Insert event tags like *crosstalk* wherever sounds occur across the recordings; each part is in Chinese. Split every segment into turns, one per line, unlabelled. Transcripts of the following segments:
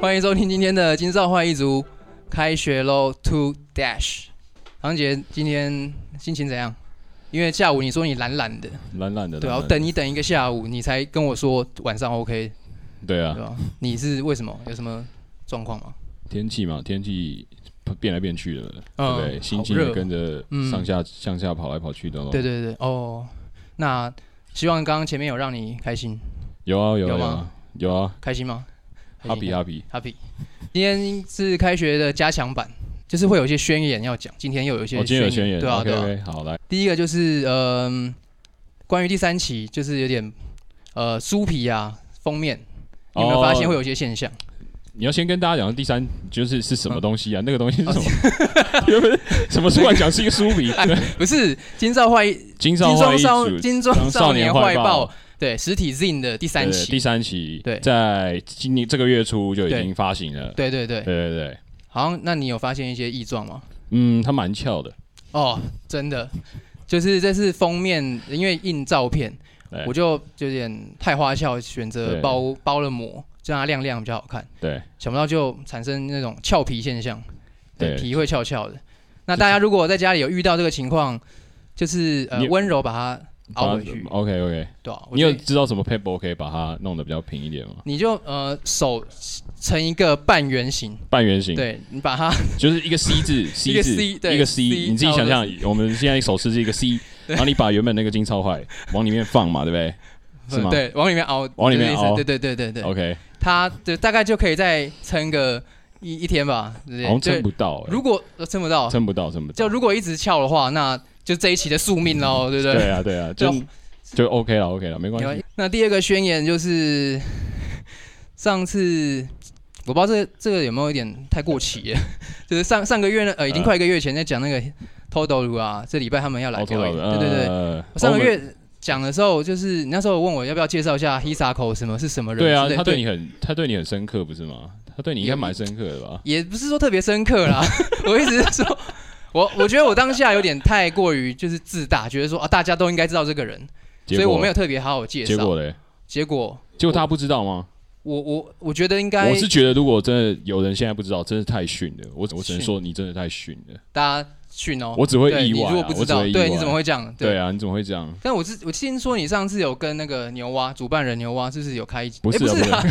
欢迎收听今天的《金少换一族》，开学喽，To Dash。唐姐今天心情怎样？因为下午你说你懒懒的，
懒懒的，
对啊，
懒
我
懒的
等你等一个下午，你才跟我说晚上 OK，
对
对
啊，
吧？你是为什么？有什么状况吗？
天气嘛，天气变来变去的，对
嗯
不对？心
好
情
热
也
哦
跟着
嗯
上下向下跑来跑去的咯。
对对对，哦，那希望刚刚前面有让你开心，
有啊有
有
啊有
吗
啊有啊，
开心吗
哈比哈比，
happy。今天是开学的加强版，就是会有一些宣言要讲。今天又有一些
我哦今天有宣言
对啊
，OK
对啊。
OK，好来，
第一个就是嗯、关于第三期，就是有点呃书皮啊封面，你有没有发现会
有？
有一些现象？
哦你要先跟大家讲第三就是是什么
嗯哦
东西啊？那个东西是什么？ *laughs* 原本什么突然讲是一个书
*laughs*
皮？
哎不是金兆坏金
金少坏
钟
一
少 *laughs*
组，
金钟少年坏
坏报
报，对实体 Zine 的第
对
三
对第
期，
三期，
对
在今年这个月初就已
对
经发行了。
对对
对
对。
对对，
好像那你有发现一些异状吗？
嗯，它蛮翘的，
哦，真的，就是这是封面，因为印照片
对，
我就有点太花俏，选择
对
包包了膜，就让它亮亮比较好看。
对，
想不到就产生那种俏皮现象，对，
对
皮会翘翘的。那大家如果在家里有遇到这个情况，就是呃
你
温柔把它凹回去，
OK OK。
对吧、啊？我
哦你有
觉得
知道什么 paper 可以把它弄得比较平一点吗？
你就呃手成一个半圆形，
半圆形，，
对你把它
就是一个 C
*laughs*
字，C 字，
一个 C，对
一个 C，
C，
你自己想
然
象，我们现在手势是一个 C，然后你把原本那个金超坏往里面放嘛，对不对？是
*laughs*
吗
对往里面凹，
往里面
就是意思
凹
对对对对对。
？OK，
它就大概就可以再撑个一一天吧，对不对
好像撑
就
不到、欸，
如果呃撑不到，
撑不到，撑不到，
就如果一直翘的话，那就这一期的宿命喽，对不对？
对啊，对啊，就就 OK 了，OK 了，没关
有
系。
那第二个宣言就是， *laughs* 上次我不知道这这个有没有一点太过期耶， *laughs* 就是上上个月呢，呃，已经快一个月前在讲那个 t o d o 啊，这礼拜他们要
哦
来表演，对对对，
对
我上个月。讲的时候，就是你那时候问我要不要介绍一下 Hisako 什么是什么人之
对
类的，
啊，他对你很，他对你很深刻，不是吗？他对你应该蛮深刻的吧？
也不是说特别深刻啦， *laughs* 我一直是说，我我觉得我当下有点太过于就是自大，觉得说啊大家都应该知道这个人，所以我没有
有
特别好好介
结
绍。
果嘞，
结果
结果他不知道吗？
我我我觉得应该
我是觉得，如果真的有人现在不知道，真的太逊了。我我只
逊
能说你真的太逊了。
大家训哦，
我只会
对
意
你
外啊、
如果不知
我
道
只会，意
对
外
你怎么？会这样？
对。啊，你怎么会这样？
但我是我听说你上次有跟那个牛蛙主办人牛蛙，是不是有开一集？
不
诶
是
不
啊
是啊，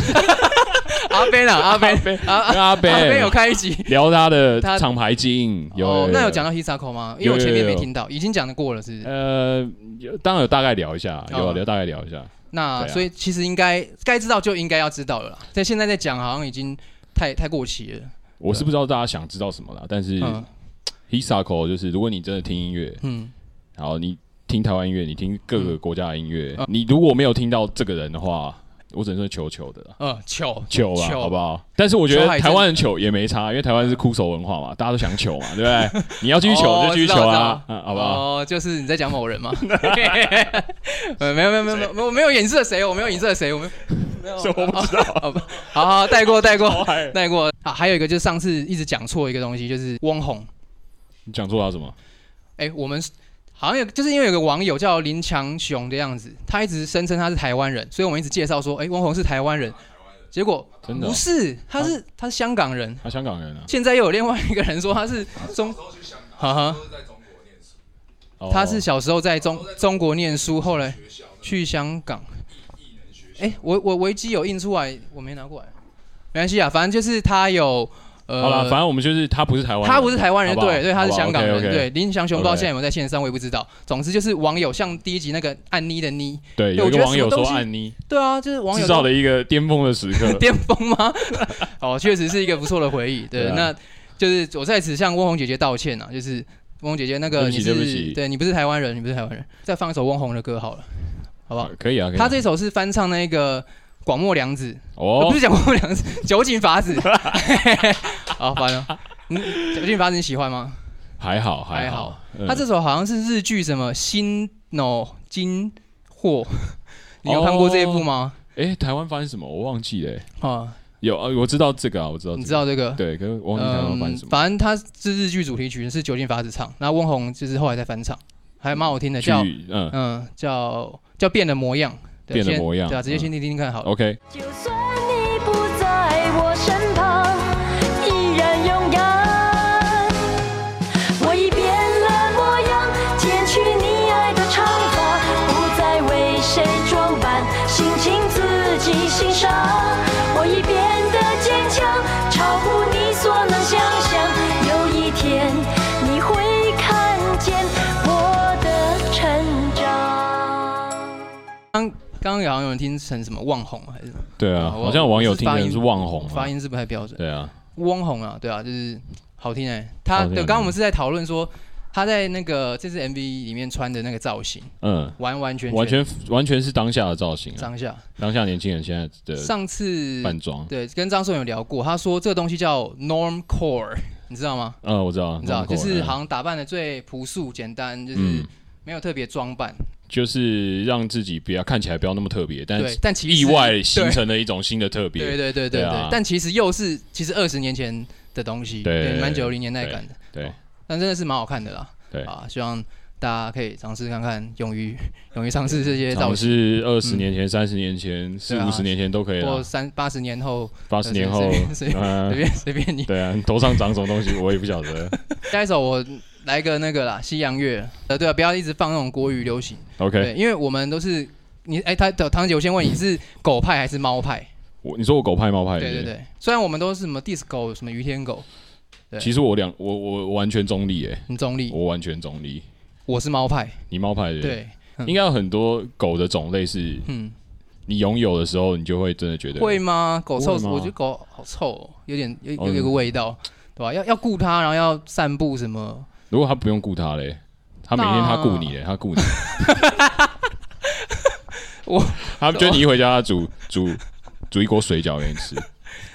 *laughs* 阿飞啦，
*laughs*
阿飞
贝，
阿阿
阿贝，
飞有开一集。
聊他的
他
厂牌经营，有
哦，那有讲
到
到 Hisako 吗？因为我
有
前面
有
没
有
听到，已经讲的过了，是不是？
呃，有当然有大概聊一下，有
哦
聊大概聊一下，
那
对啊
所以其实应该该知道就应该要知道了啦，但现在在讲好像已经太太过期了。
我是不知道大家想知道什么啦，但是
嗯
Hisako 就是如果你真的听音乐，
嗯，
然后你听台湾音乐，你听各个国家的音乐
嗯，
你如果没有听到这个人的话，我只能说求求的啦。
呃，糗
糗啦，
糗
好不好？但是我觉
糗
得
还真
台湾人糗也没差，因为台湾是哭手文化嘛，大家都想糗嘛，对不对？
*laughs*
你要继续糗
哦
就继续
知
糗
道
啊，嗯好不好？
哦，就是你在讲某人吗？呃，没有没有没有没有没有，我没有影射谁，我没有影射谁，我没有没有。
这我不知道，
好吧，好好带过带过
嗨
带过啊！还有一个就是上次一直讲错一个东西，就是翁虹。
你讲错了什么？
哎、我们好像有就是因为有个网友叫林强雄的样子，他一直声称他是台湾人，所以我们一直介绍说，哎、翁虹是台湾人，结果
真的哦
不是，他是他是香港人。
他香港人啊，
现在又有另外一个人说他是中，哈哈，
哦
他是小时候在中中国念书，后来去香港。哎、我我维基有印出来，我没拿过来，没关系啊，反正就是他有呃，
哦好了，反正我们就是他不是台湾人，
他不是台湾人，
好不好
对对，他是香港人，
好不好
对。
，OK，OK
林祥雄不知道
OK
现在有没有在线上，我也不知道。总之就是网友像第一集那个按妮的妮，对
对，有
我
一
觉
个
得
网友
什么
说
东西
安妮
对啊，就是网友，
制造了一个巅峰的时刻
*laughs*
*laughs*
巅峰吗？哦，确实是一个不错的回忆。对，
对啊
那就是我在此向翁虹姐姐道歉啊，就是翁虹姐姐那个
对不
你
起对不起
是对你不是台湾人，你不是台湾人，再放一首翁虹的歌好了，好不好？
可以啊，可以啊。
他这首是翻唱那个广末凉子，呃
哦
不，是讲广末凉子，酒井法
*laughs*
子。 *laughs* 好，烦了。嗯，酒井法子你喜欢吗？
还好
还
好
好，
嗯
他这首好像是日剧什么《新脑金货》，你有看过这一部吗？
诶，台湾翻什么？我忘记了欸。
哦，
有啊，我知道这个啊，我知道这个，
你知道这个？
对，可是我忘记台湾翻什么。
嗯反正它是日剧主题曲，是酒井法子唱，然后翁虹就是后来再翻唱，还蛮好听的，
去
叫
嗯
嗯叫叫变的模样，对
变的
先
模样
对啊，直接
嗯
先听听看好了。
，OK，
就算你不在我身旁，
刚刚好像有人听成什么望红还是什么，
对啊，
啊我
好像网友
我是
听
发
成
音
是网红啊
发，音是不太标准。
对啊，
汪红啊，对啊，就是好听哎、他
好听
对，刚刚我们是在讨论说他在那个这次 MV 里面穿的那个造型，
嗯，
完完全
完全完全是当下的造型啊，
当下。
当下年轻人现在的
上次
扮装，
对跟张颂有聊过，他说这个东西叫 norm core，你知道吗？
嗯，我知道，
你知道，
Normcore，
就是
嗯
好像打扮的最朴素简单，就是
嗯，
没有特别装扮。
就是让自己不要看起来不要那么特别，但
对，但其实
意外形
对
成了一种新的特
对
别，
对对对
对
对，
啊
但其实又是其实二十年前的东西，
对
蛮九零年代感的，
对，
但真的是蛮好看的啦。
对
啊，希望大家可以尝试看看，勇于 *laughs* 勇于尝试这些造
尝
型，
试二十年前、三十年前、四
对啊
五十年前都可以
或
了，
三八十年后，
八十年后
随便，随随
嗯，
便随便你。
对啊，你头上长什么
*laughs*
东西我也不晓得。
下一首我来个那个啦，西洋乐。呃，对啊，不要一直放那种国语流行，
OK，
对，因为我们都是你哎，他唐姐，我先问你是狗派还是猫派？
我你说我狗派猫派，
对
是
对
不是，
对，虽然我们都是什么 disco 什么于天狗，对
其实我两我我我完全中立诶，
很中立，
我完全中立，
我是猫派，
你猫派的，，
对，嗯
应该有很多狗的种类是
嗯。
你拥有的时候，你就会真的觉得
会吗？狗臭
不会，吗
我觉得狗好臭、哦，有点有
哦
有有个味道，对吧、要要顾它，然后要散步什么，
如果他不用顾他嘞，他每天他顾你嘞，他顾你。
*laughs* 我，
他就你一回家，他煮煮煮一锅水饺给你吃，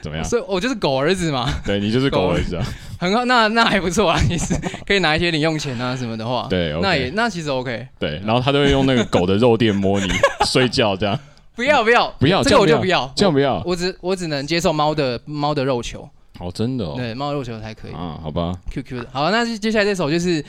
怎么样？
所以我就是狗儿子嘛， *laughs*
对你就是狗
狗
儿子啊，
很好，那那还不错啊，其实可以拿一些零用钱啊什么的话，
对，OK
那也那其实 OK，
对。然后他都会用那个狗的肉垫摸你睡觉，
*laughs*
这样
不要不要
不要
这个我就
这样
不
不
要，
这样不要
我我只我只能接受猫的猫的肉球，
哦，真的哦。
对，猫的肉球才可以
啊，好吧， *laughs*
，QQ 的。好，那就接下来这首就是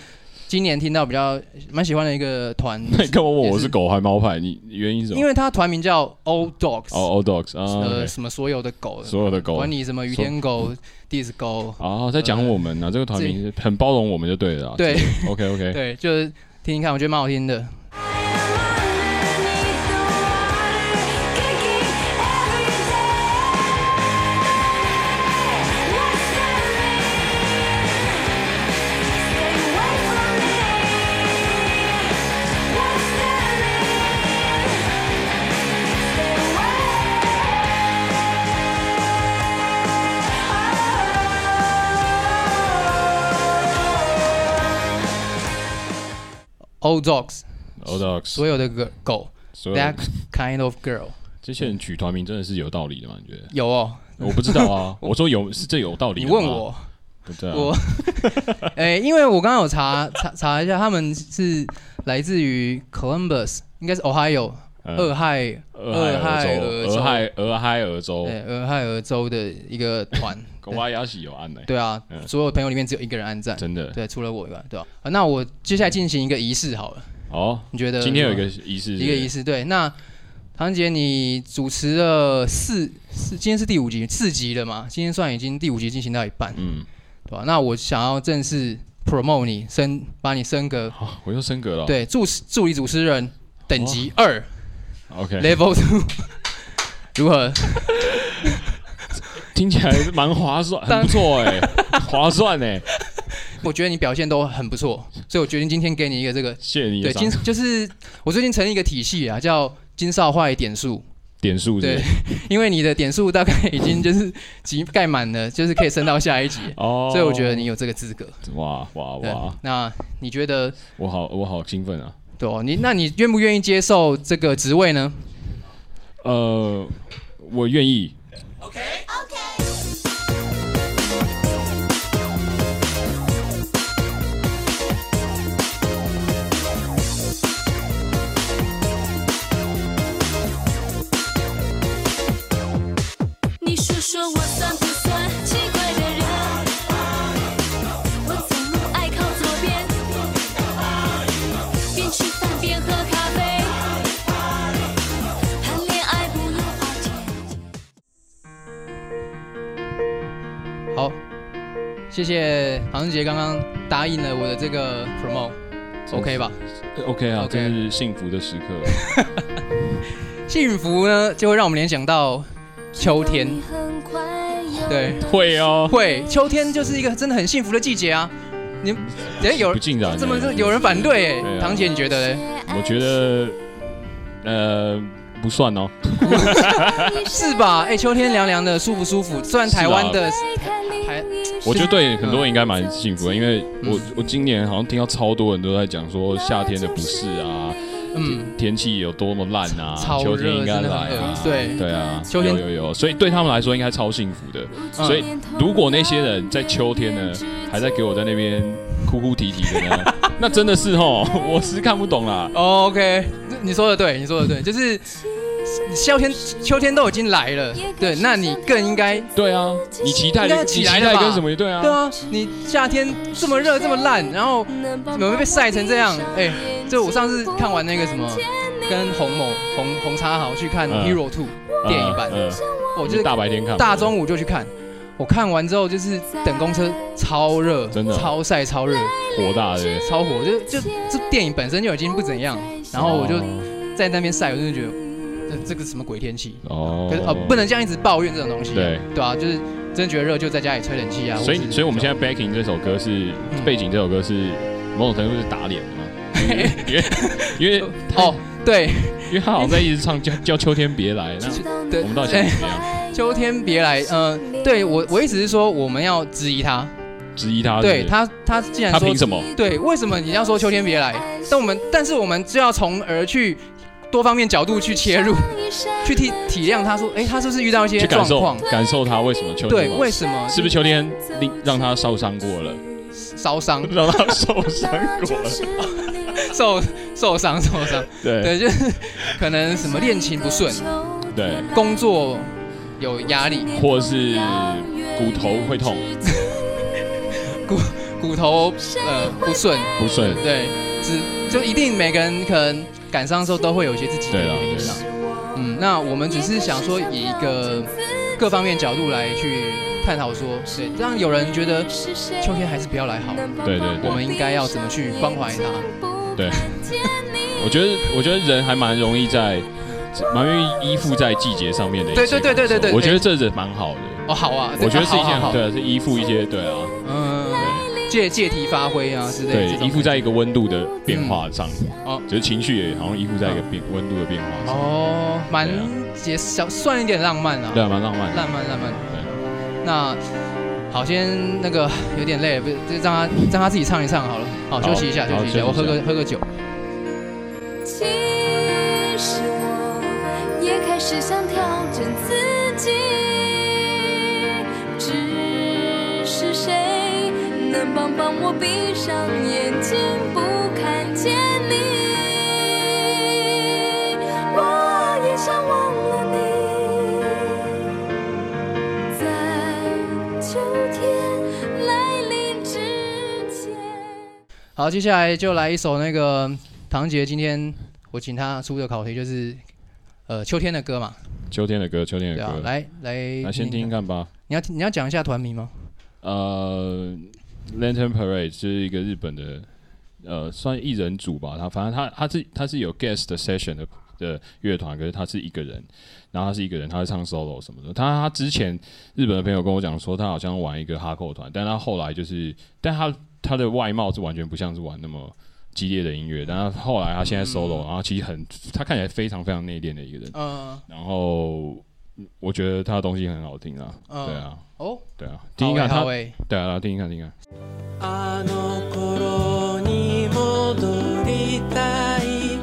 今年听到比较蛮喜欢的一个团，
那 *laughs* 你干嘛问
也
我
是
是狗还猫派？你你原因是什么？
因为它团名叫 Old Dogs，、
哦，all dogs 啊
呃，，什么所有的狗，
所有的嗯狗
管你什么雨天狗、地址狗，
啊，在讲我们呢，这个团名很包容我们就对了啊。
对
，OK
*laughs*
OK，
对，就是听听看，我觉得蛮好听的。Old dogs，
，all dogs，
所有的狗狗
所有
，That kind of girl，
这些人取团名真的是有道理的吗？你觉得？
有哦。
我不知
*laughs*
道啊，我说有是这有道理
你
的
问
吗，啊
我，
不对啊，
我， *laughs* 哎，因为我刚刚有查查查一下，他们是来自于 Columbus，应该是 Ohio，
嗯
俄亥
俄亥俄
俄
州，俄
亥
亥俄亥俄州，
对俄亥俄州的一个团，
狗娃牙喜有案呢，
对啊，
嗯
所有朋友里面只有一个人按赞，
真的。
对，除了我以外，对吧？啊那我接下来进行一个仪式好了，
哦，
你觉得？
今天有一个仪式，
一个仪
式，
式。对，那唐姐，你主持了四四，今天是第五集，四集了嘛？今天算已经第五集进行到一半，
嗯，
对吧、那我想要正式 promote 你升，把你升格
好，哦我又升格了。
对助助理主持人等级二、
哦，OK，
level two，如何？ *laughs*
听起来是蛮划算，很不错哎，划
*laughs*
算哎，
我觉得你表现都很不错，所以我决定今天给你一个这个。
谢谢你的
对，
赏
金就是我最近成立一个体系啊，叫金少坏点数。
点数，
对，，因为你的点数大概已经就是集盖满了，就是可以升到下一级。
哦，
所以我觉得你有这个资格。
哇哇
对
哇，，
那你觉得
我好我好兴奋啊，
对哦，你那你愿不愿意接受这个职位呢？
呃，我愿意，
你说说我算不算奇怪的人？我走路爱靠左边，边吃饭边喝咖啡，谈恋爱不用花钱。
好，谢谢唐志杰刚刚答应了我的这个 promo，OK、OK 吧？
OK 啊，
OK
真是幸福的时刻。
幸福呢就会让我们联想到秋天，对
会哦
会秋天就是一个真的很幸福的季节啊。你哎有
不尽然欸。
这么有人反对哎、
对啊
唐姐你觉得嘞？
我觉得，呃，不算哦。
*laughs* 是
*laughs*
吧？哎、秋天凉凉的，舒服舒服。虽然台湾的还
我觉得对很多人应该蛮幸福的，因为我、
嗯
我今年好像听到超多人都在讲说夏天的不适啊，
嗯
天气有多么烂啊，
超
秋天
热，
应
真
该
的很
来啊
恶。对，
对啊，
秋天嗯
有有有，所以对他们来说应该超幸福的。所以如果那些人在秋天呢，还在给我在那边哭哭啼啼的呢，那真的是哦，我是看不懂啦。
哦 OK，你说的对，你说的对，就是秋天秋天都已经来了，对，那你更应该
对啊，你期待
应该
的，你
起
期
来了
待
吧
跟什么？对啊，
对啊，你夏天这么热这么烂，然后
怎
怎么会被晒成这样？哎、就我上次看完那个什么，跟洪某洪洪叉豪去看
嗯
Hero Two 电影版，
嗯，
我
你
就是是
大白天看，
大中午就去看。我看完之后就是等公车，超热，
真的
超晒、超热、
火大的，
超火，就就这电影本身就已经不怎样，然后我就在那边晒，我就觉得这这个什么鬼天气？
哦，
可是哦，不能这样一直抱怨这种东西、啊，
对
对啊，就是真的觉得热就在家里吹冷气啊。
所
或
以，
是
所以我们现在 backing 这首歌是、
嗯
背景，这首歌是某种程度是打脸的
*laughs*
嘛？因为因为因为
哦，对，
因为他好像在一直唱叫叫秋天别来，那
*laughs* 对哎
我们到底想怎么样？
秋天别来，嗯、对我我意思是说，我们要质疑他，
质疑他是不
对
是，
他他既然
啊他
说
凭，什么？
对，为什么你要说秋天别来？
哎
但我们但是我们就要从而去多方面角度去切
*laughs*
入，去体体谅他说，哎，他是不是遇到一些
去感
状
受
况？
感受他为什么秋天
对，
嘛
为什么
是不是秋天令让他受伤过了， *laughs*
烧伤
让他受伤过
*laughs*
了？
受受伤受伤？
对
对，就是可能什么恋情不顺，
对，
工作有压力，
或是骨头会痛
骨头呃不顺，
不顺，
对，只就一定每个人可能感伤的时候都会有一些自己的
对啦
原因
对
啦。 *laughs* 嗯，那我们只是想说以一个各方面角度来去探讨说，对，让有人觉得秋天还是不要来好，
对对对
我们应该要怎么去关怀他？
对，我觉得，我觉得人还蛮容易在，蛮容易依附在季节上面的一些
对
感受。
对对对对对
我觉得这是蛮好的。
哦，好啊，
我觉得是一
好
件
好好
对啊，是依附一些对啊，
嗯，借借题发挥啊之类的这
对，
种
依附在一个温度的变化上，
哦
就是情绪也好像依附在一个变温度的变化上，
哦，蛮
对啊
也小算一点浪漫啊，
对啊，蛮浪漫的。
浪漫浪漫。那好，先那个有点累了，不是，就让他让他自己唱一唱好了。好，休
好
息一下，
好
休息一下，
休息一下
我喝个喝个酒。
其实我也开始想调整自己，只是谁能帮帮我？闭上眼睛不看见你，我也想忘了你，在秋天来临之前。
好，接下来就来一首那个唐杰，今天我请他出的考题就是呃秋天的歌嘛，
秋天的歌，秋天
对
的
啊，
歌，
来来
来先听听
看。
看吧。
你要你要讲一下团名吗？
呃，Lantern Parade 是一个日本的，呃，算一人组吧。他反正他他是他是有 guest 的 session 的的乐团，可是他是一个人，然后他是一个人，他会唱 solo 什么的。他他之前日本的朋友跟我讲说，他好像玩一个哈扣团，但他后来就是，但他他的外貌是完全不像是玩那么。激烈的音乐，但他后来他现在 solo，、然后其实很，他看起来非常非常内敛的一个人。
嗯
然后嗯我觉得他的东西很好听啊，
嗯
对啊，
哦，
对啊，听一看他
好，诶，
对啊，听一看，听一看。
あの頃に戻りたい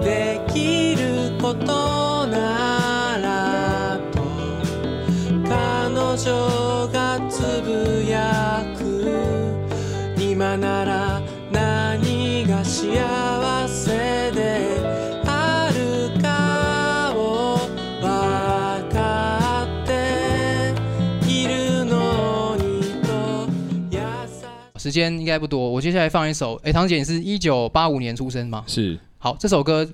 できることならと彼女がつぶやく今なら何が幸せであるかを分かっているのにと優し
时间应该不多，我接下来放一首。哎，唐姐，你是一九八五年出生吗？
是
好，这首歌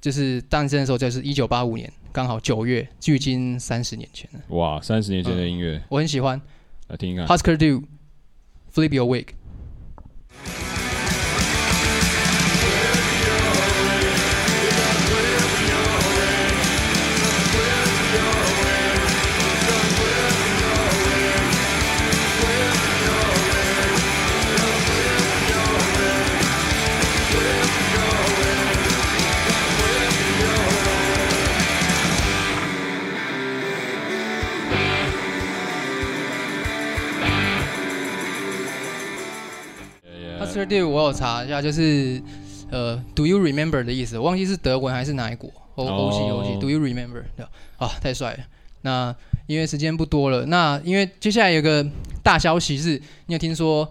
就是诞生的时候就是一九八五年，刚好九月，距今三十年前了。
哇，三十年前的音乐、
我很喜欢
来听一看。
Husker Du Flip Your Wig。
「
对我有查一下，就是呃，Do you remember 的意思，我忘记是德文还是哪一国，欧欧系欧系
哦
，Do you remember 对吧啊，太帅了。那因为时间不多了，那因为接下来有个大消息是，你有听说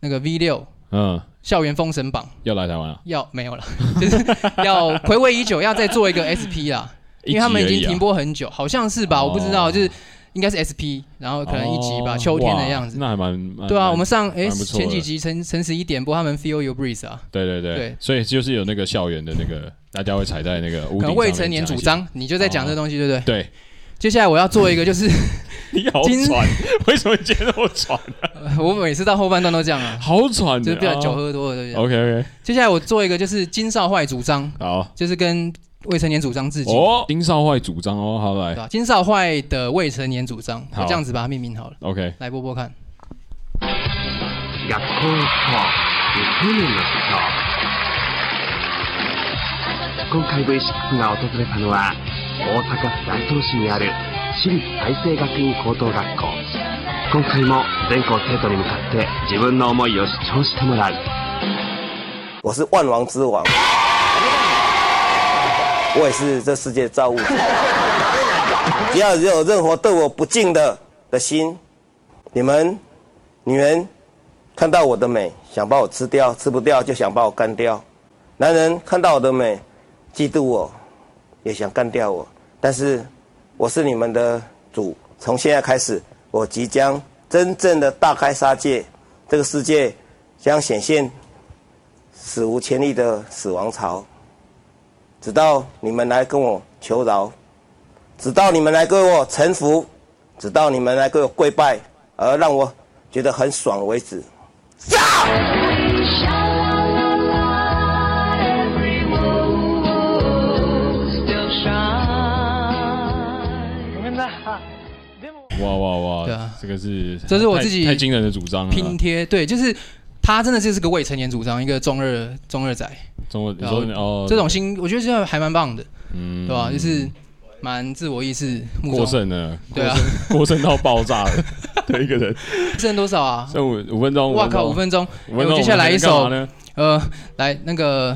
那个 V 六
嗯，
校园封神榜
要来台湾啊，
要没有了，就是 *laughs* 要回味已久，要再做一个 SP 啦。因为他们已
一集
经
而已啊
停播很久，好像是吧？
哦
我不知道，就是应该是 SP，然后可能一集吧，秋天的样子
哇。那还蛮蛮
对啊，
蛮
我们上哎
蛮不错的
前几集晨晨十一点播他们 Feel Your Breeze 啊，
对对对，
对
所以就是有那个校园的那个，大家会踩在那个
可
屋顶上
能
面
未成年主
讲一些，哦
张，你就在讲这东西，对不对？
对，
接下来我要做一个，就是 *laughs*
你好
今 *laughs*
喘，为什么你今天那么喘？
我每次到后半段都这样啊，
好喘，哦
就是比较酒喝多了，对不对？
OK OK，
接下来我做一个，就是金少坏主张，
好
就是跟未成年主张致敬，
哦，丁少坏主张哦，好
对啊
来
吧？金少坏的未成年主张，我
好
这样子把它命名好了，
，OK，
来播播看。
学校さ、20年の授業。今回 V6 が訪れたのは、大阪府大東市にある私立大成学院高等学校。今回も全校生徒に向かって自分の思いを主張してもらう。
我是万王之王， *laughs* 我也是这世界造物主。 *laughs* 只要有任何对我不敬的的心，你们、女人看到我的美，想把我吃掉，吃不掉就想把我干掉；男人看到我的美，嫉妒我，也想干掉我。但是我是你们的主，从现在开始，我即将真正的大开杀戒，这个世界将显现史无前例的死亡潮，直到你们来跟我求饶，直到你们来跟我臣服，直到你们来给我跪拜，而让我觉得很爽为止。
哇哇哇，
对啊
这个是
这是我
太
自己
太惊人的主张了，
拼贴，对，就是他真的就是个未成年主张，一个中二中二仔，
中文你
然
说
后
哦，
这种心，我觉得这样还蛮棒的，
嗯
对吧？就是蛮自我意识目
过
中，
剩了，
对啊，
过剩到爆炸了的一个人，
*laughs* 剩多少啊？
剩五五分钟，
哇靠，五
分
分钟，
钟，五分
哎我
钟，
接下来一
我
首
们今天干嘛呢？
呃，来那个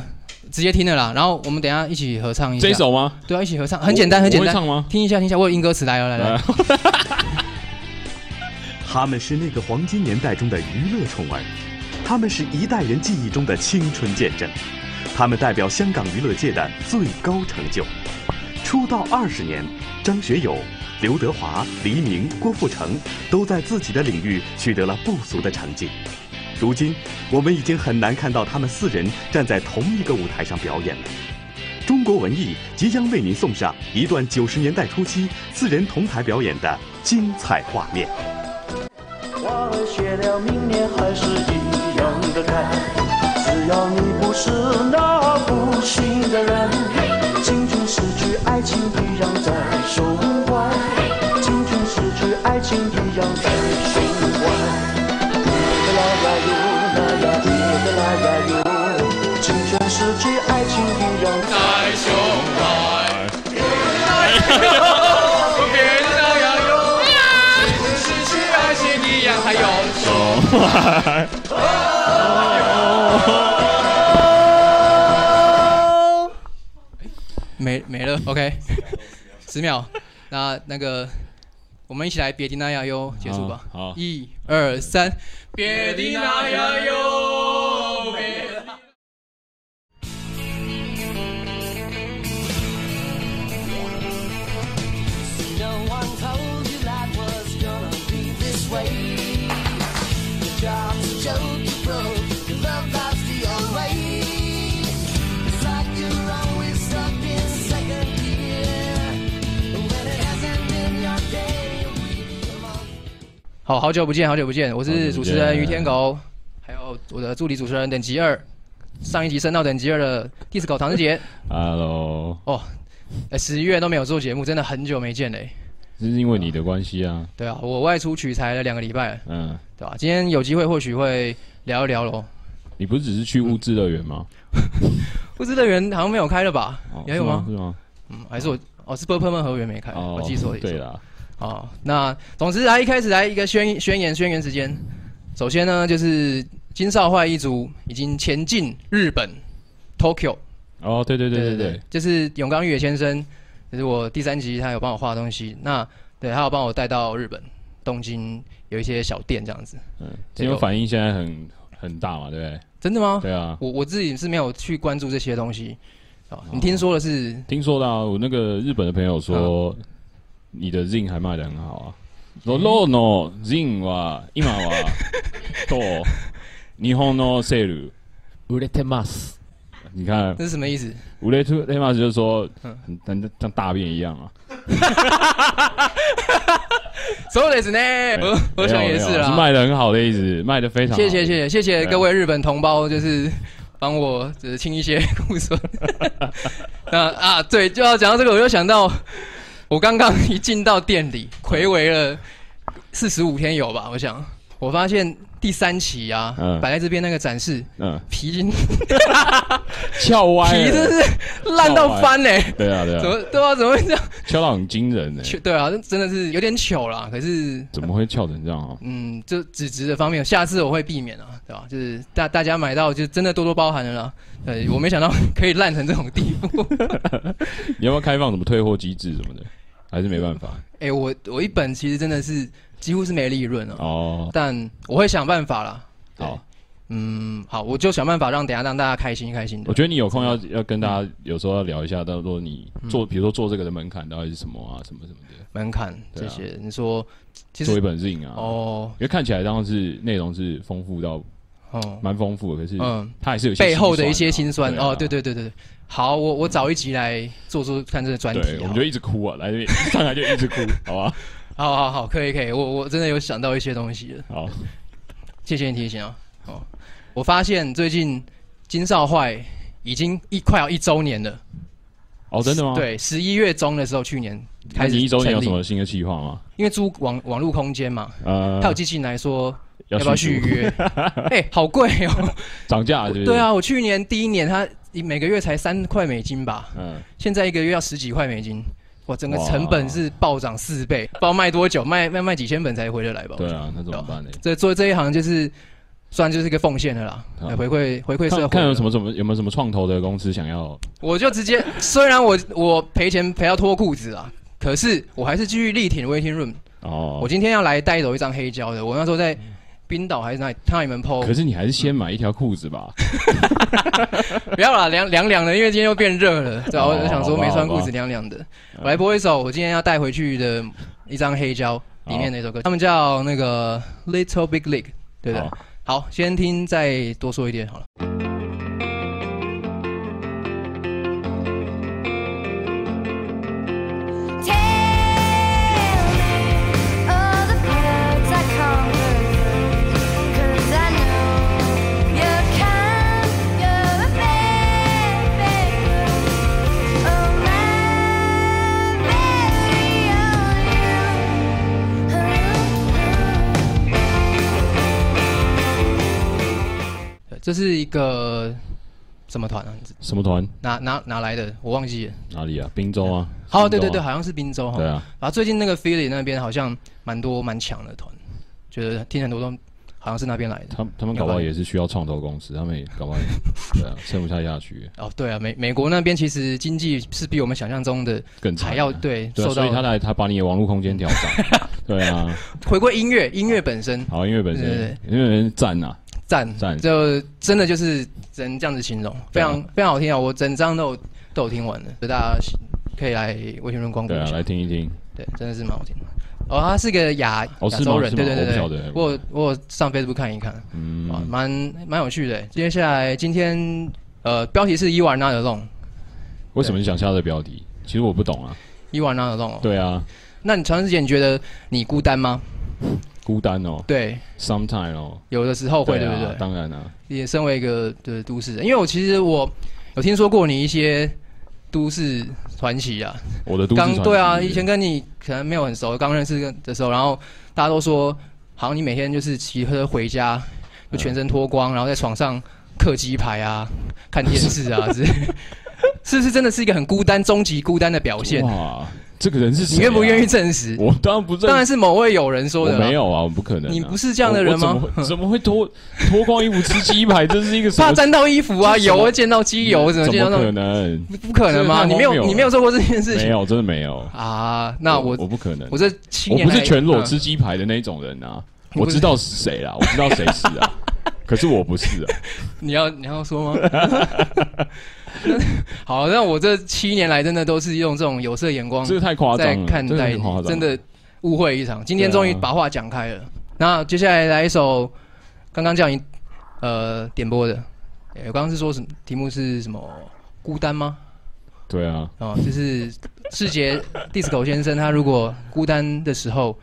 直接听了啦，然后我们等一下一起合唱一下，
这一首吗？
对啊，一起合唱，很简单，
我
很简
我会
单
唱，吗？
听一下，听一下，我有英歌词，来哦来来，
他们是那个黄金年代中的娱乐宠儿，他们是一代人记忆中的青春见证，他们代表香港娱乐界的最高成就。出道二十年，张学友、刘德华、黎明、郭富城都在自己的领域取得了不俗的成绩。如今，我们已经很难看到他们四人站在同一个舞台上表演了。中国文艺即将为您送上一段九十年代初期四人同台表演的精彩画面。
花儿谢了，明年还是一样的开。只要你不是那负心的人，青春逝去，爱情依然在胸怀。青春逝去，爱情依然在胸怀。呼啦啦哟，啦呀呼啦啦呀哟，青春逝去，爱情依然在。
*laughs* 没没了，OK，十秒，那那个我们一起来别提那亚哟，结束吧，
好好
一二三，别提那亚哟。
No one told you life was gonna be this way. Your job's a joke, you broke. Your love life's the old way. It's like you're always stuck in second gear. When it hasn't been your day, we come on.
好好久不见，好久不见，我
好久不
是
见
主持人于天狗，还有我的助理主持人等级二，上一集升到等级二的 disco 唐志
*laughs*
杰。
Hello，
哦，哎，十一月都没有做节目，真的很久没见嘞、
这是因为你的关系啊，
对啊，我外出取材了两个礼拜了，
嗯，
对吧、今天有机会或许会聊一聊喽。
你不是只是去物质乐园吗？
不知乐园好像没有开了吧？
哦
也有吗
是吗？
嗯，还是我哦是 b u r p l e m 合园没开，
是吗哦，
我记错了。
对啦，
哦，那总之来一开始来一个宣宣言宣言时间。首先呢，就是金少坏一族已经前进日本 Tokyo。
哦，对对对对对，，
就是永刚玉野先生，就是我第三集他有帮我画东西，那对他有帮我带到日本东京有一些小店这样子。
嗯，金牛反应现在很很大嘛，对不对？
真的吗？
对啊，
我我自己是没有去关注这些东西。哦，你听说的是
听说到我那个日本的朋友说，你的 Zin 还卖的很好啊。ロロの Zin は今はと日本のセール。
売れてます。
你看
这是什么意思？
五雷兔雷马就是说，很很像大便一
*laughs*
样啊。
所有的是呢，我我想呃也是
没有没有啊是
啦。
卖的很好的意思，卖的非常好。
谢谢谢谢谢谢
啊
各位日本同胞，就是帮我就是清一
*laughs*
些库存。 *laughs* 那啊，对，就要讲到这个，我就想到我刚刚一进到店里，暌违了四十五天有吧？我想，我发现第三期啊，
嗯
摆在这边那个展示
嗯，
皮已经
翘歪了，
*laughs* 皮真是烂到翻嘞、
对啊对
怎
啊，
么对啊？怎么会这样？
翘到很惊人呢、
确对啊，真的是有点糗啦。可是
怎么会翘成这样啊？
嗯，就纸质的方面，下次我会避免啊，对吧？就是大大家买到就真的多多包涵了啦。呃，我没想到可以烂成这种地
*laughs*
步。
你要不要开放什么退货机制什么的？还是没办法
哎、我我一本其实真的是几乎是没利润啊，
哦。
但我会想办法啦。对
好，
嗯，好，我就想办法让等一下让大家开心开心的嗯
我。觉得你有空要要跟大家有时候要聊一下，到时候你做，比如说做这个的门槛到底是什么啊，什么什么的，
门槛
对
这
啊
些，你说其
做一
实
本 zin 啊。哦，
哦
因为看起来当然是内容是丰富到
哦，
蛮丰富的，可是
嗯
它还是有一些
背后的
啊
一些辛酸
啊
哦，对对对对对。好，我我找一集来做做看这个专题
对，
啊。
我们就一直哭啊，来这边 *laughs* 上来就一
*laughs*
直哭，好吧？
好好好，可以可以，我我真的有想到一些东西了。
好，
谢谢你提醒啊。哦，我发现最近金少坏已经一快要一周年了。
哦，真的吗？，
对，十一月中的时候，去年
那
开始
你一周年
成
有
立
什么新的计划吗？
因为租网网络空间嘛，
呃
他有寄信来说
要
要不要续
续租 *laughs*
约？哎、好贵哦。
涨价是不是？
对，啊，我去年第一年他每个月才三块美金吧，
嗯，
现在一个月要十几块美金。哇，整个
哇
成本是暴涨四倍，不知道卖多久，卖卖卖几千本才回得来吧？我
对
觉得
啊，那怎么办呢？
哦这做这一行就是算就是一个奉献的啦，
好
呃回馈回馈社会。
看看有什么什么有没有什么创投的公司想要
我就直接，虽然我我赔钱赔到脱裤子啊，可是我还是继续力挺 waiting room。
哦嗯
我？今天要来带走一张黑胶的，我那时候在冰岛还是哪里看到你们 PO，
可是你还是先买一条裤子吧。
不要啦，凉凉凉的，因为今天又变热了，对吧、
哦
我就想说
好吧
没穿裤
好吧嗯
子凉凉的。我来播一首我今天要带回去的一张黑胶里面的一首歌，他们叫那个 Little Big League，对的
好。
好，先听，再多说一点好了。
Tell me all the birds I conquered, 'cause I know you're kind, you're a bad, bad girl. Oh, my very own you.
对，这是一个什么团啊？
什么团？
哪哪哪来的？我忘记了。
哪里啊？滨州啊？
哦，
滨
对
州
对
啊
对，好像是滨州哈。
对。啊，
然后最近那个 Philly 那边好像蛮多蛮强的团，觉得听很多都好像是那边来的。
他他们搞不好也是需要创投公司，他
*laughs*
们也搞不好也对啊，撑不下下去，
哦，对啊，美美国那边其实经济是比我们想象中的
更惨啊
还要对
对啊，
受
所以他
到
来他把你的网络空间调
*laughs*
涨，对啊，
回归音乐，音乐本身
好，因为本
对
身
对
因为本身赞啊呐，
赞
赞
就真的就是只能这样子形容，非
对啊
常非常好听啊！我整张都有都有听完的，所以大家可以来微信论光顾
对
一
啊，
下
来，听一听，
对，真的是蛮好听的。哦，他是个亚
哦
亚
是吗
洲人，
是吗
对对对
我不晓得
对，我有我有上 Facebook 看一看，啊，
嗯，
蛮蛮有趣的。接下来今天呃，标题是 You Are Not Alone，You
为什么你想下这个标题？其实我不懂啊，
Are Not Alone 哦。
对啊，
那你长时间你觉得你孤单吗？
孤单哦
对，
，sometime 哦，
有的时候会，对
啊
不对？
当然啊，
也身为一个就是都市人，因为我其实我有听说过你一些都市传奇啊，
我的都市传
刚
奇
对啊，
是
以前跟你可能没有很熟，刚认识的时候，然后大家都说，好像你每天就是骑车回家，
嗯
就全身脱光，然后在床上嗑鸡排啊，
*laughs*
看电视啊，是是不是真的是一个很孤单、终极孤单的表现？
哇，这个人是谁、
你愿不愿意？证实？
我当然不认，
当然是某位友人说
我
的啦，
没有啊，我不可能啊、
你不是这样的人吗
我我怎么会 *laughs* 怎么会脱脱光衣服吃鸡排？这是一个什么
怕沾到衣服啊，
这是什么
油会溅到机油，怎么
怎
溅
么
到那
可
种？
能？
不可能吗？
这
你没
个太荒谬了
有，你没有做过这件事
没
情
有，真的没有。
啊？那我
我不可能，
我这七
我
年
不是
来
全裸
嗯
吃鸡排的那种人啊。
你
我
不是
知道是谁啦，我知道谁是
*laughs*
啊，可是我不是啊。
你要你要说吗？ *laughs* 好，那我这七年来真的都是用这种有色眼光
这个太夸张
在
了，
看
这个
待
太夸
你，
张，
真的。误会一场。今天
对啊
终于把话讲开了。那接下来来一首刚刚叫你呃点播的，诶我刚刚是说什么题目是什么？孤单吗？
对啊，
哦，就是世杰 *laughs* disco 先生，他如果孤单的时候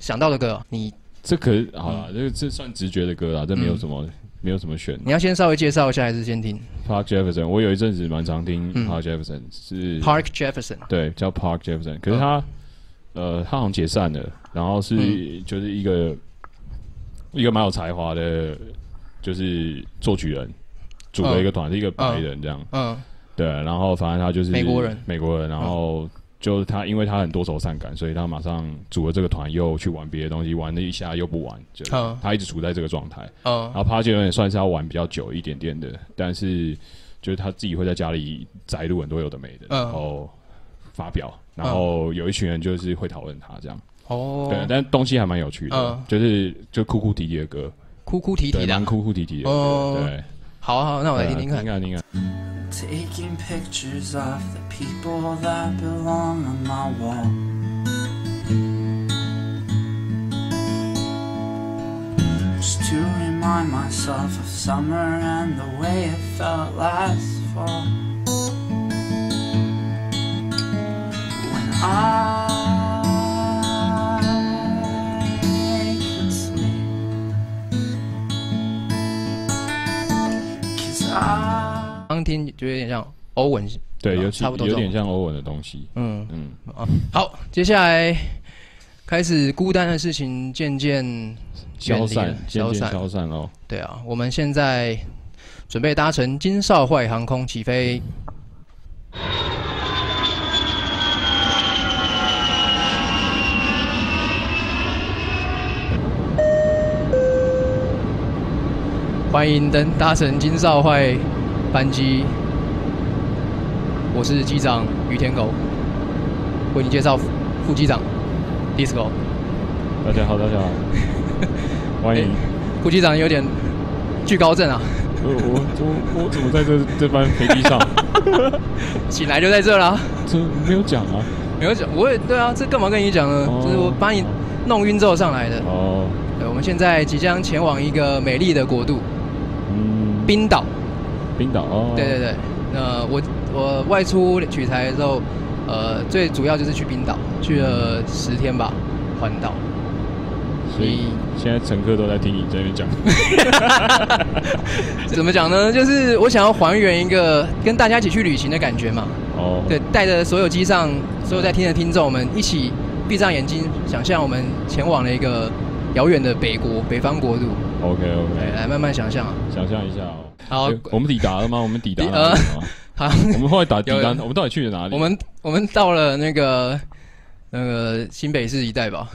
想到的歌，你
这可是好了，
嗯
这个这算直觉的歌啦，这没有什么没有什么选。
你要先稍微介绍一下，还是先听
Park Jefferson，我有一阵子蛮常听
嗯
Park Jefferson，是
Park Jefferson？
对，叫 Park Jefferson。可是
嗯
他，呃，他好像解散了，然后是、就是一个一个蛮有才华的，就是作曲人，组了一个团，是一个白人这样。
嗯
对，然后反正他就是
美国人嗯
美国人，然后就他，因为他很多愁善感，所以他马上组了这个团，又去玩别的东西，玩了一下又不玩，就
嗯
他一直处在这个状态。然
嗯
后 Park 有也算是他玩比较久一点点的，但是就是他自己会在家里摘录很多有的没的，
嗯
然后发表，然后有一群人就是会讨论他这样，对
哦，，
但东西还蛮有趣的，
嗯
就是就哭哭啼啼的歌，
哭哭啼啼
对，
的
蛮
啊。
哭哭啼啼的歌，
哦
对，
好好，那我来听听
对啊
看
听。看听看，
Taking pictures of the people that belong on my wall. Just to remind myself of summer and the way it felt last fall. When I could sleep. Cause I.
刚刚听就有点像欧文，
对，
啊
尤其
差不多这
有
种
点像欧文的东西，
嗯，
嗯，
好，接下来开始孤单的事情渐渐远离
消
了
散，渐
消
渐
散，
消散哦，
对啊，我们现在准备搭乘金少坏航空起飞。欢迎登搭乘金少坏班机，我是机长于天狗，为您介绍副副机长 Disco。
大家好，大家好，欢迎。
副机长有点惧高症啊，
呃我我我怎么在这这班飞机
*laughs*
上？
醒来就在这啦。
这没有讲啊！
没有讲，我也对啊，这干嘛跟你讲呢？
哦
就是我把你弄晕之后上来的。
哦，
对，我们现在即将前往一个美丽的国度——
嗯
冰岛。
冰岛哦，
对对对，呃，我我外出取材的时候，呃，最主要就是去冰岛，去了十天吧，环岛。 *laughs*
所以现在乘客都在听你
*laughs*
这边讲，
怎么讲呢？就是我想要还原一个跟大家一起去旅行的感觉嘛。
哦，
对，，带着所有机上所有在听的听众们一起闭上眼睛，想象我们前往了一个遥远的北国，北方国度。
OK
对，
OK，
来慢慢想象啊。
想象一下哦。
好
诶我们抵达了吗？我们抵达
抵
了吗？
好，
我们后来打抵
有
达，
了
我们到底去了哪
*laughs*
里？
我们我们到了那个那个新北市一带吧，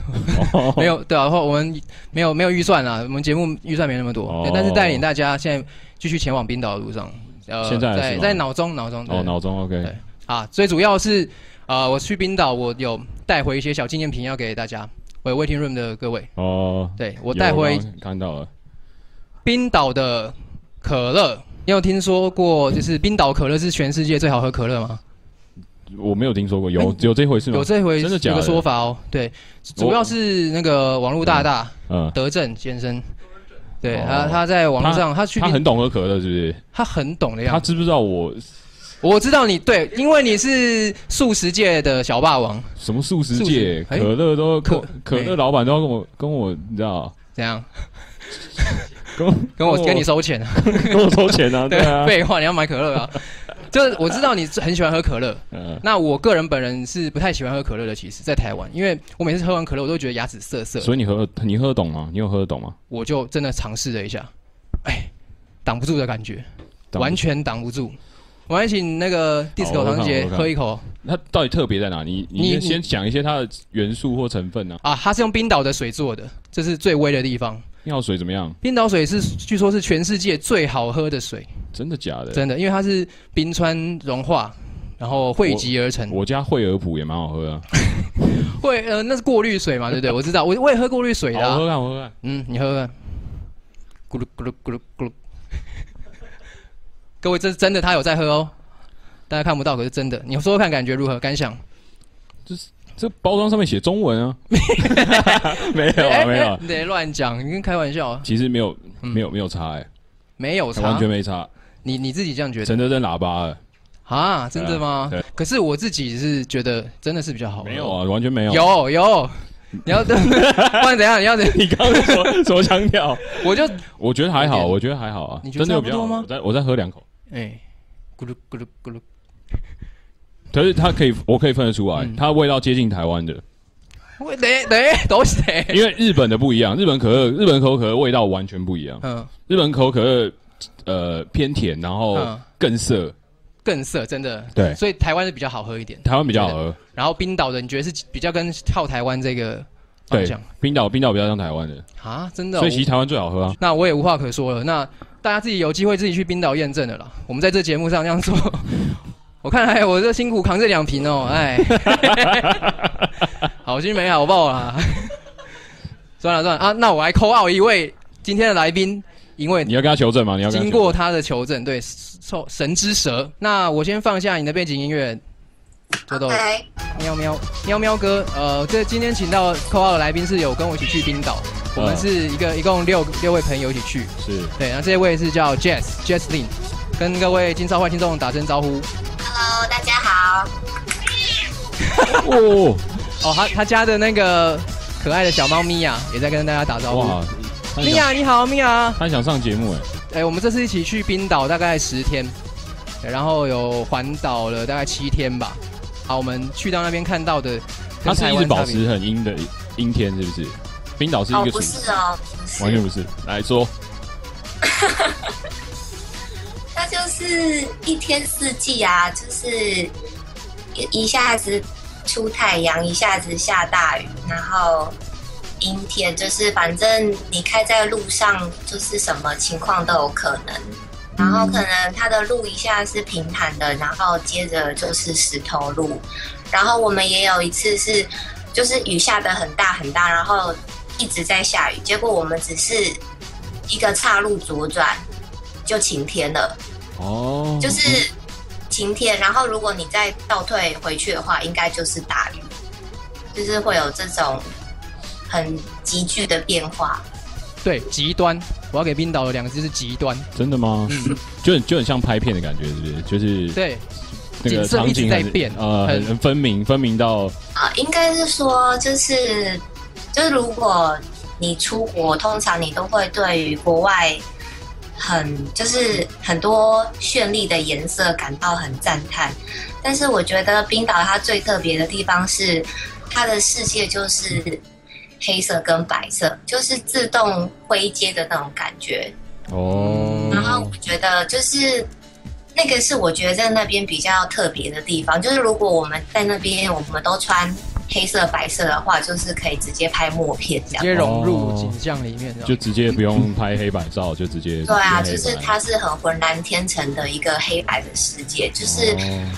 *laughs*
哦
没有对啊，然后我们没有没有预算啦，我们节目预算没那么多，
哦
对但是带领大家现在继续前往冰岛的路上，呃，
现在是
在
吗
在脑中脑中
哦，
对
脑中 OK，
对啊，最主要是呃，我去冰岛，我有带回一些小纪念品要给大家，我有 waiting room 的各位，
哦，
对我
有
带回
刚刚看到了，
冰岛的可乐，你有听说过就是冰岛可乐是全世界最好喝可乐吗？
我没有听说过，有有这回事
哎
吗
有？这回
真的假
有个
的
说法哦，对，主要是那个网络大大
嗯，
德政先生，对
哦
他他在网络上他去啊
他很懂喝可乐，是不是？
他很懂的
他
样子，
知不知道我
我知道你对，因为你是素食界的小霸王，
什么素食
素
界
食哎
可乐都
可
可可
哎
乐老板都要跟我跟我，你知道？
怎样？
跟我
跟我跟你收钱啊？
*laughs* 跟我收钱哦
*laughs*
啊，对啊，
废话，你要买可乐啊？ *laughs* 就是我知道你很喜欢喝可乐，
嗯，
那我个人本人是不太喜欢喝可乐的，其实，在台湾，因为我每次喝完可乐，我都觉得牙齿涩涩的，
所以你喝你喝得懂吗？你有喝得懂吗？
我就真的尝试了一下，哎，挡不住的感觉，
懂
完全挡不住。我还请那个 disco
我看
堂姐
我看
喝一口，
它到底特别在哪？你
你
你先讲一些它的元素或成分呢、啊？
啊，它是用冰岛的水做的，这是最威的地方。
药水怎么样？
冰岛水是据说是全世界最好喝的水，
真的假的？
真的，因为它是冰川融化，然后汇集而成。
我家惠而浦也蛮好喝啊，
会呃，那是过滤水嘛，对
*laughs*
不对？我知道，我我也喝过滤水的、
好
啊。
喝啊，好喝啊！
嗯，你喝喝看。咕噜咕噜咕噜咕噜。 *laughs* 各位，这是真的，他有在喝哦。大家看不到，可是真的。你说说看，感觉如何？感想？
这包装上面写中
*laughs*
文啊，没有
哎
啊，没有啊，
你得乱讲，你跟开玩笑啊？
其实没有，没有，没有差哎、
没有
完
差
全，没差，
你你自己这样觉得
陈德真喇叭了，
啊？真的吗
对啊？
可是我自己是觉得真的是比较好喝。
没有啊，完全没有。
有
*laughs*
有，你要不然怎样？你要怎？
你刚刚说 *laughs* 什么腔调？
我
*laughs*
就
我觉得还
有
好，
点
我觉得还好啊，
你觉得
真的有比
差
较
不多吗
好我再我再喝两口，
哎，咕噜咕噜咕噜，
可是它可以，我可以分得出来，
嗯
它味道接近台湾的，
我得得都是得。
*laughs* 因为日本的不一样，日本可乐，日本可口可乐味道完全不一样，
嗯，
日本可口可乐呃偏甜，然后
嗯
更涩，
更涩，真的。
对
所以台湾的比较好喝一点。
台湾比较好喝。
然后冰岛的，你觉得是比较跟靠台湾这个方
对
向，
冰岛冰岛比较像台湾的，
啊？真的哦、
所以其实台湾最好喝啊。
那我也无话可说了。那大家自己有机会自己去冰岛验证的啦。我们在这节目上这样做， *laughs* 我看哎，我这辛苦扛这两瓶哦，哎，好心没好报啦。 *laughs* 算了算了啊，那我来扣奥一位今天的来宾，因为
你要跟他求证吗？你要跟他
经
求
过他的求证，对，受神之舌。那我先放下你的背景音乐，豆豆喵喵喵喵哥。呃，这今天请到扣号的来宾是有跟我一起去冰岛，我们
嗯
是一个一共六六位朋友一起去。
证是
对，那这位是叫 Jess Jess Lin，跟各位金少坏听众打声招呼。
Hello，大家好。
*laughs*
哦
哦，他他家的那个可爱的小猫咪呀，也在跟大家打招呼。
哇，他
米
想
娅你好，米娅。
他想上节目哎，
哎、我们这次一起去冰岛大概十天，对然后有环岛了大概七天吧。好，我们去到那边看到的，
他是
跟台
一
湾
直保
差别
持很阴的阴天，是不是？冰岛是
哦
一，个
不
暑，
是哦，不
完全不
是，
是。来说，
它就是一天四季啊，就是一一下子出太阳，一下子下大雨，然后阴天，就是反正你开在路上，就是什么情况都有可能。然后可能它的路一下是平坦的，然后接着就是石头路。然后我们也有一次是，就是雨下的很大很大，然后一直在下雨，结果我们只是一个岔路左转就晴天了，
哦，
就是晴天。然后如果你再倒退回去的话，应该就是大雨，就是会有这种很急剧的变化。
对极端。我要给冰岛的两个字是极端，
真的吗？就很就很像拍片的感觉，是不是？就是
嗯对，
那个
景色
场
一直
景
在
很
变很
呃，很很分明，分明到
啊，应该是说就是就是如果你出国，通常你都会对于国外很就是很多绚丽的颜色感到很赞叹，但是我觉得冰岛它最特别的地方是它的世界就是黑色跟白色，就是自动灰阶的那种感觉。
哦，
然后我觉得就是那个是我觉得在那边比较特别的地方，就是如果我们在那边我们都穿黑色白色的话，就是可以直接拍默片这
直
样
接。融入
哦
景象里面。
就直接不用拍黑白照，就直接
对啊，就
直接黑
是
白
它是很浑然天成的一个黑白的世界，就是、
哦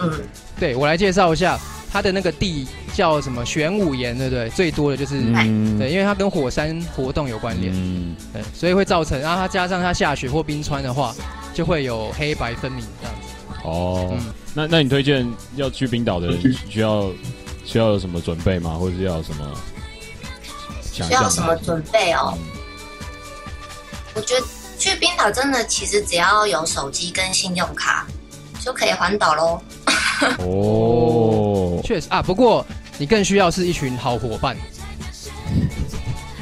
嗯，
对我来介绍一下，它的那个地叫什么玄武岩，对不对？最多的就是、
嗯
对，因为它跟火山活动有关联，
嗯，
对，所以会造成，然后它加上它下雪或冰川的话，就会有黑白分明这样子。
哦
嗯，
那那你推荐要去冰岛的人需要需要有什么准备吗？或者是要有什么想
需
象？
要
嗯
什么准备哦？我觉得去冰岛真的其实只要有手机跟信用卡就可以环岛喽。
哦，
确实啊，不过你更需要是一群好伙伴，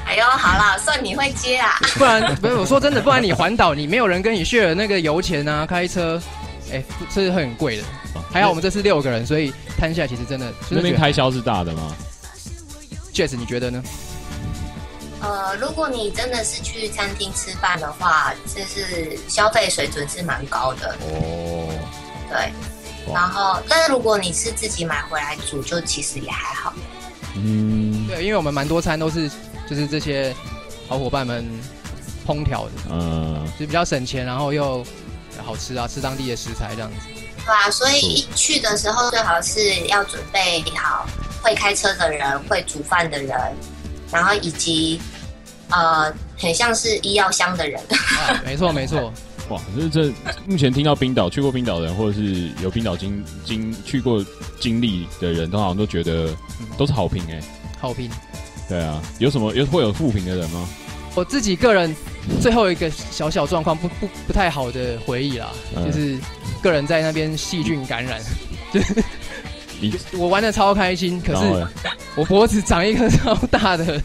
哎呦，好啦，算你会接啊。
不然 *laughs* 不是我说真的，不然你环岛你没有人跟你 share 那个油钱啊，开车，哎、这是很贵的。
哦
还好我们这是六个人，所以摊下来其实真的
那
真的
边
觉得。
开销是大的吗？
Jazz，你觉得呢？
呃，如果你真的是去餐厅吃饭的话，就是消费水准是蛮高的，
哦，
对。然后，但是如果你是自己买回来煮，就其实也还好。
嗯
对，因为我们蛮多餐都是就是这些好伙伴们烹调的，
嗯
就比较省钱，然后又好吃啊，吃当地的食材这样子。
对啊，所以一去的时候最好是要准备好会开车的人、会煮饭的人，然后以及呃，很像是医药箱的人。 *laughs*
啊，没错没错，
哇，这这目前听到冰岛去过冰岛的人，或者是有冰岛经经去过经历的人，都好像都觉得都是好评哎、
好评。
对啊，有什么有会有负评的人吗？
我自己个人最后一个小小状况不不不太好的回忆啦，
嗯
就是个人在那边细菌感染，
你
我玩的超开心，可
然后
是
嘞
我脖子长一颗超大的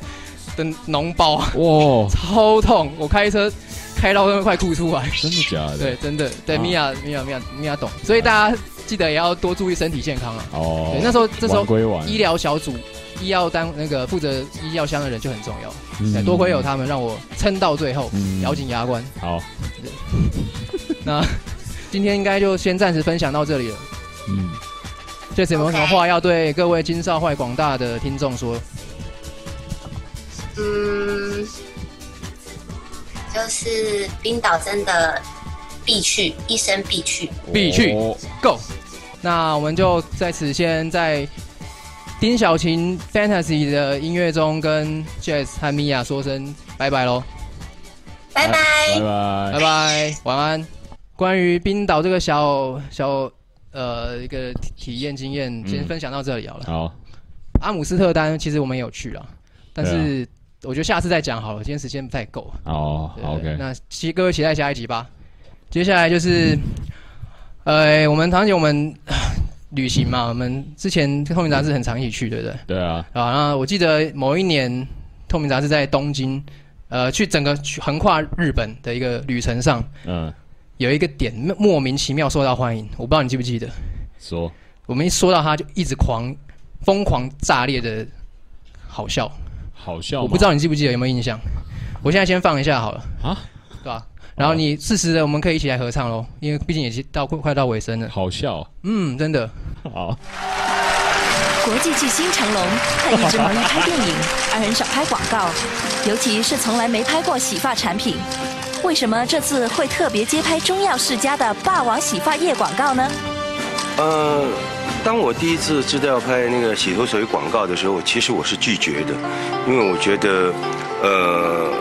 的脓包，
哇，
超痛，我开车开到都快哭出来。
真的假的？
对，真的，对
啊
米娅米娅米娅米娅懂，所以大家记得也要多注意身体健康啊。
哦，
对，那时候这时候
玩归玩，
医疗小组、医药单那个负责医药箱的人就很重要，对，
嗯
多亏有，他们让我撑到最后，
嗯
咬紧牙关。
好，
今天应该就先暂时分享到这里了。
嗯，
这次有没有什么话要对各位金少坏广大的听众说？
嗯，就是冰岛真的必去，一生必去。
必去
哦
Go，那我们就在此先在丁小琴 Fantasy 的音乐中跟 Jazz 和 Mia 说声拜拜喽。
拜拜。
拜拜
拜。拜，晚安。关于冰岛这个小小呃一个体体验经验，先
嗯
分享到这里好了。
好，
阿姆斯特丹其实我们也有去了，但
对啊
是我觉得下次再讲好了，今天时间不太够。
好
对
好，OK，
那期各位期待下一集吧。接下来就是，呃，我们堂姐我们旅行嘛，我们之前透明杂志很常一起去，对不对？
对啊，
啊，那我记得某一年透明杂志在东京，呃，去整个去横跨日本的一个旅程上，
嗯，
有一个点莫名其妙受到欢迎，我不知道你记不记得，
说
我们一说到他就一直狂疯狂炸裂的好笑，
好笑吗，
我不知道你记不记得有没有印象，我现在先放一下好了，
啊，
对吧、然后你适时的我们可以一起来合唱喽，因为毕竟也到快快到尾声了，
好笑，
嗯，真的， *laughs*
好，
国际巨星成龙，他一直忙于拍电影，而很少拍广告，尤其是从来没拍过洗发产品。为什么这次会特别接拍中药世家的霸王洗发液广告呢？
呃，当我第一次知道要拍那个洗头水广告的时候，其实我是拒绝的，因为我觉得，呃，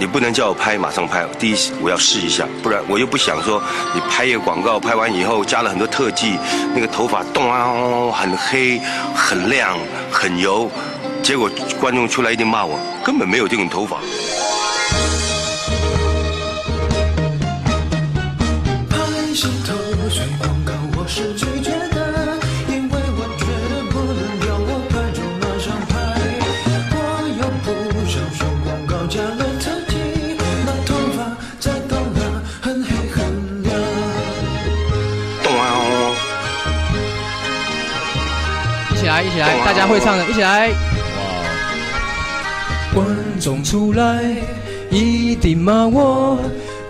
你不能叫我拍马上拍，第一我要试一下，不然我又不想说你拍一个广告，拍完以后加了很多特技，那个头发动啊很黑、很亮、很油，结果观众出来一定骂我，根本没有这种头发。
拍摄头水广告我是拒绝的，因为我觉得不能要我拍就马上拍。我又不想说广告加了特技，那头发再到了很黑很亮。
动啊
一起来，一起来，大家会唱的，一起来。
哇，
观众出来一定骂我，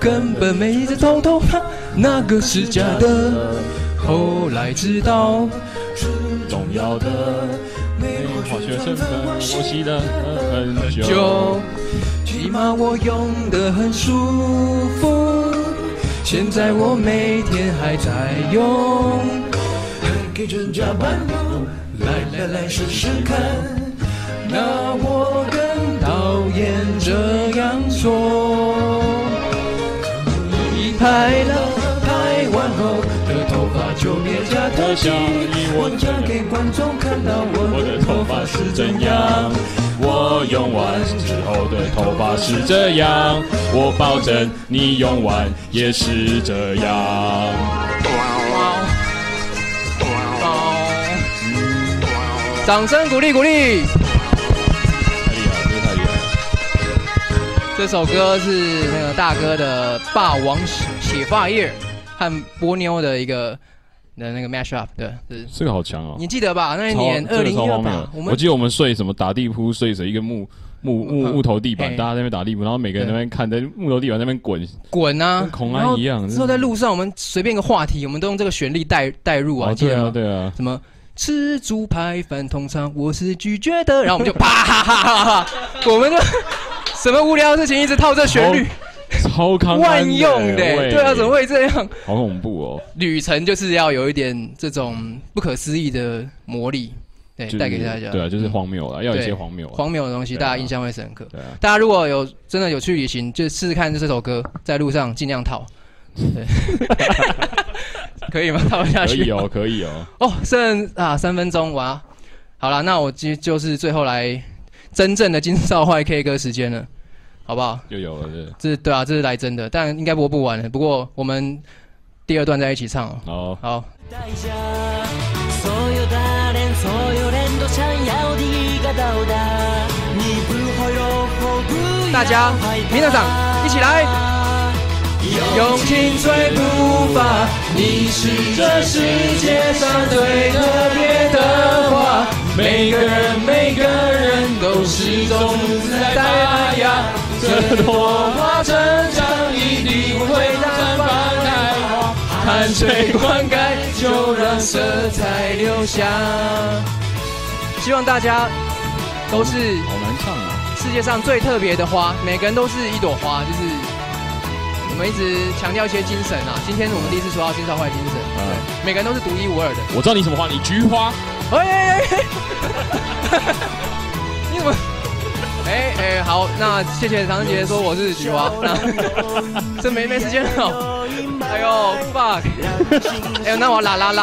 根本没在偷偷怕那个是假的。后来知道，
重要的美国化哎学成分，我吸了很久
就，起码我用的很舒服，现在我每天还在用。
还给真假扮用，来来来试试看。
那我更讨厌这样说。一拍了，拍完后的头发就别加特
效益我
我嫁给观众看到
我
我
的
的
头
头
发
发
是
是
怎
怎
样
样。？
我用完之后的头发是这样，我保证你用完也是这样。
掌声鼓励鼓励！
太厉害了，真的太厉害了！
这首歌是那个大哥的《霸王洗洗发液》和波妞的一个的那个 mash up 对，是
这个好强哦！
你记得吧？那一年
超
二
这个
零一
超
二
荒谬
吧
的，
我
我
们
记得我们睡什么打地铺，睡着一个木
*laughs*
木木木头地板，
嘿
大家在那边打地铺，然后每个人在那边看，在木头地板那边滚，
滚啊
跟，孔
然
安
后
一样。
之后在路上，我们随便一个话题，我们都用这个旋律带带入啊，
哦，
记
对
得
啊，
吗？
对啊，
什么吃猪排饭，通常我是拒绝的，然后我们就啪哈哈哈哈，我们就什么无聊的事情一直套这旋律，
超康
万用的，对啊，怎么？
喂
会这样？
好恐怖哦！
旅程就是要有一点这种不可思议的魔力，对，
就是
哎带给大家。
对啊，就是
嗯
荒谬啊，要有一些
对
荒谬啊，
荒谬的东西，
对啊
大家印象会深刻。
对啊，
大家如果有真的有去旅行，就试试看这首歌，在路上尽量套。
*laughs*
对，可以吗？套下
可
去
以哦，可以哦。
哦，剩啊三分钟哇，好了，那我就就是最后来真正的金少坏 K 歌时间了，好不好？
又有了，对，
这对啊，这是来真的，但应该播不完了。不过我们第二段在一起唱、哦。
好，
好，
そうよダーレンそうよレンドシャンヤオディガダオダニブホヨホブイ
大家明早上一起来，用青春步伐，你是这世界上最特别的花，每个人每个人都是种子在发芽， *laughs* 这朵花成长一定会绽放开花，汗水灌溉就让色彩留下。希望大家都是
好难唱啊！
世界上最特别的花，每个人都是一朵花，就是我们一直强调一些精神啊。今天我们第一次说到金少坏精神，
嗯
对，每个人都是独一无二的。
我知道你什么花，你菊花，
哎哎哎哎，你怎么？哎哎，好，那谢谢唐人杰说我是菊花，那这没没时间了。哎呦 fuck，哎呦，那我啦啦啦。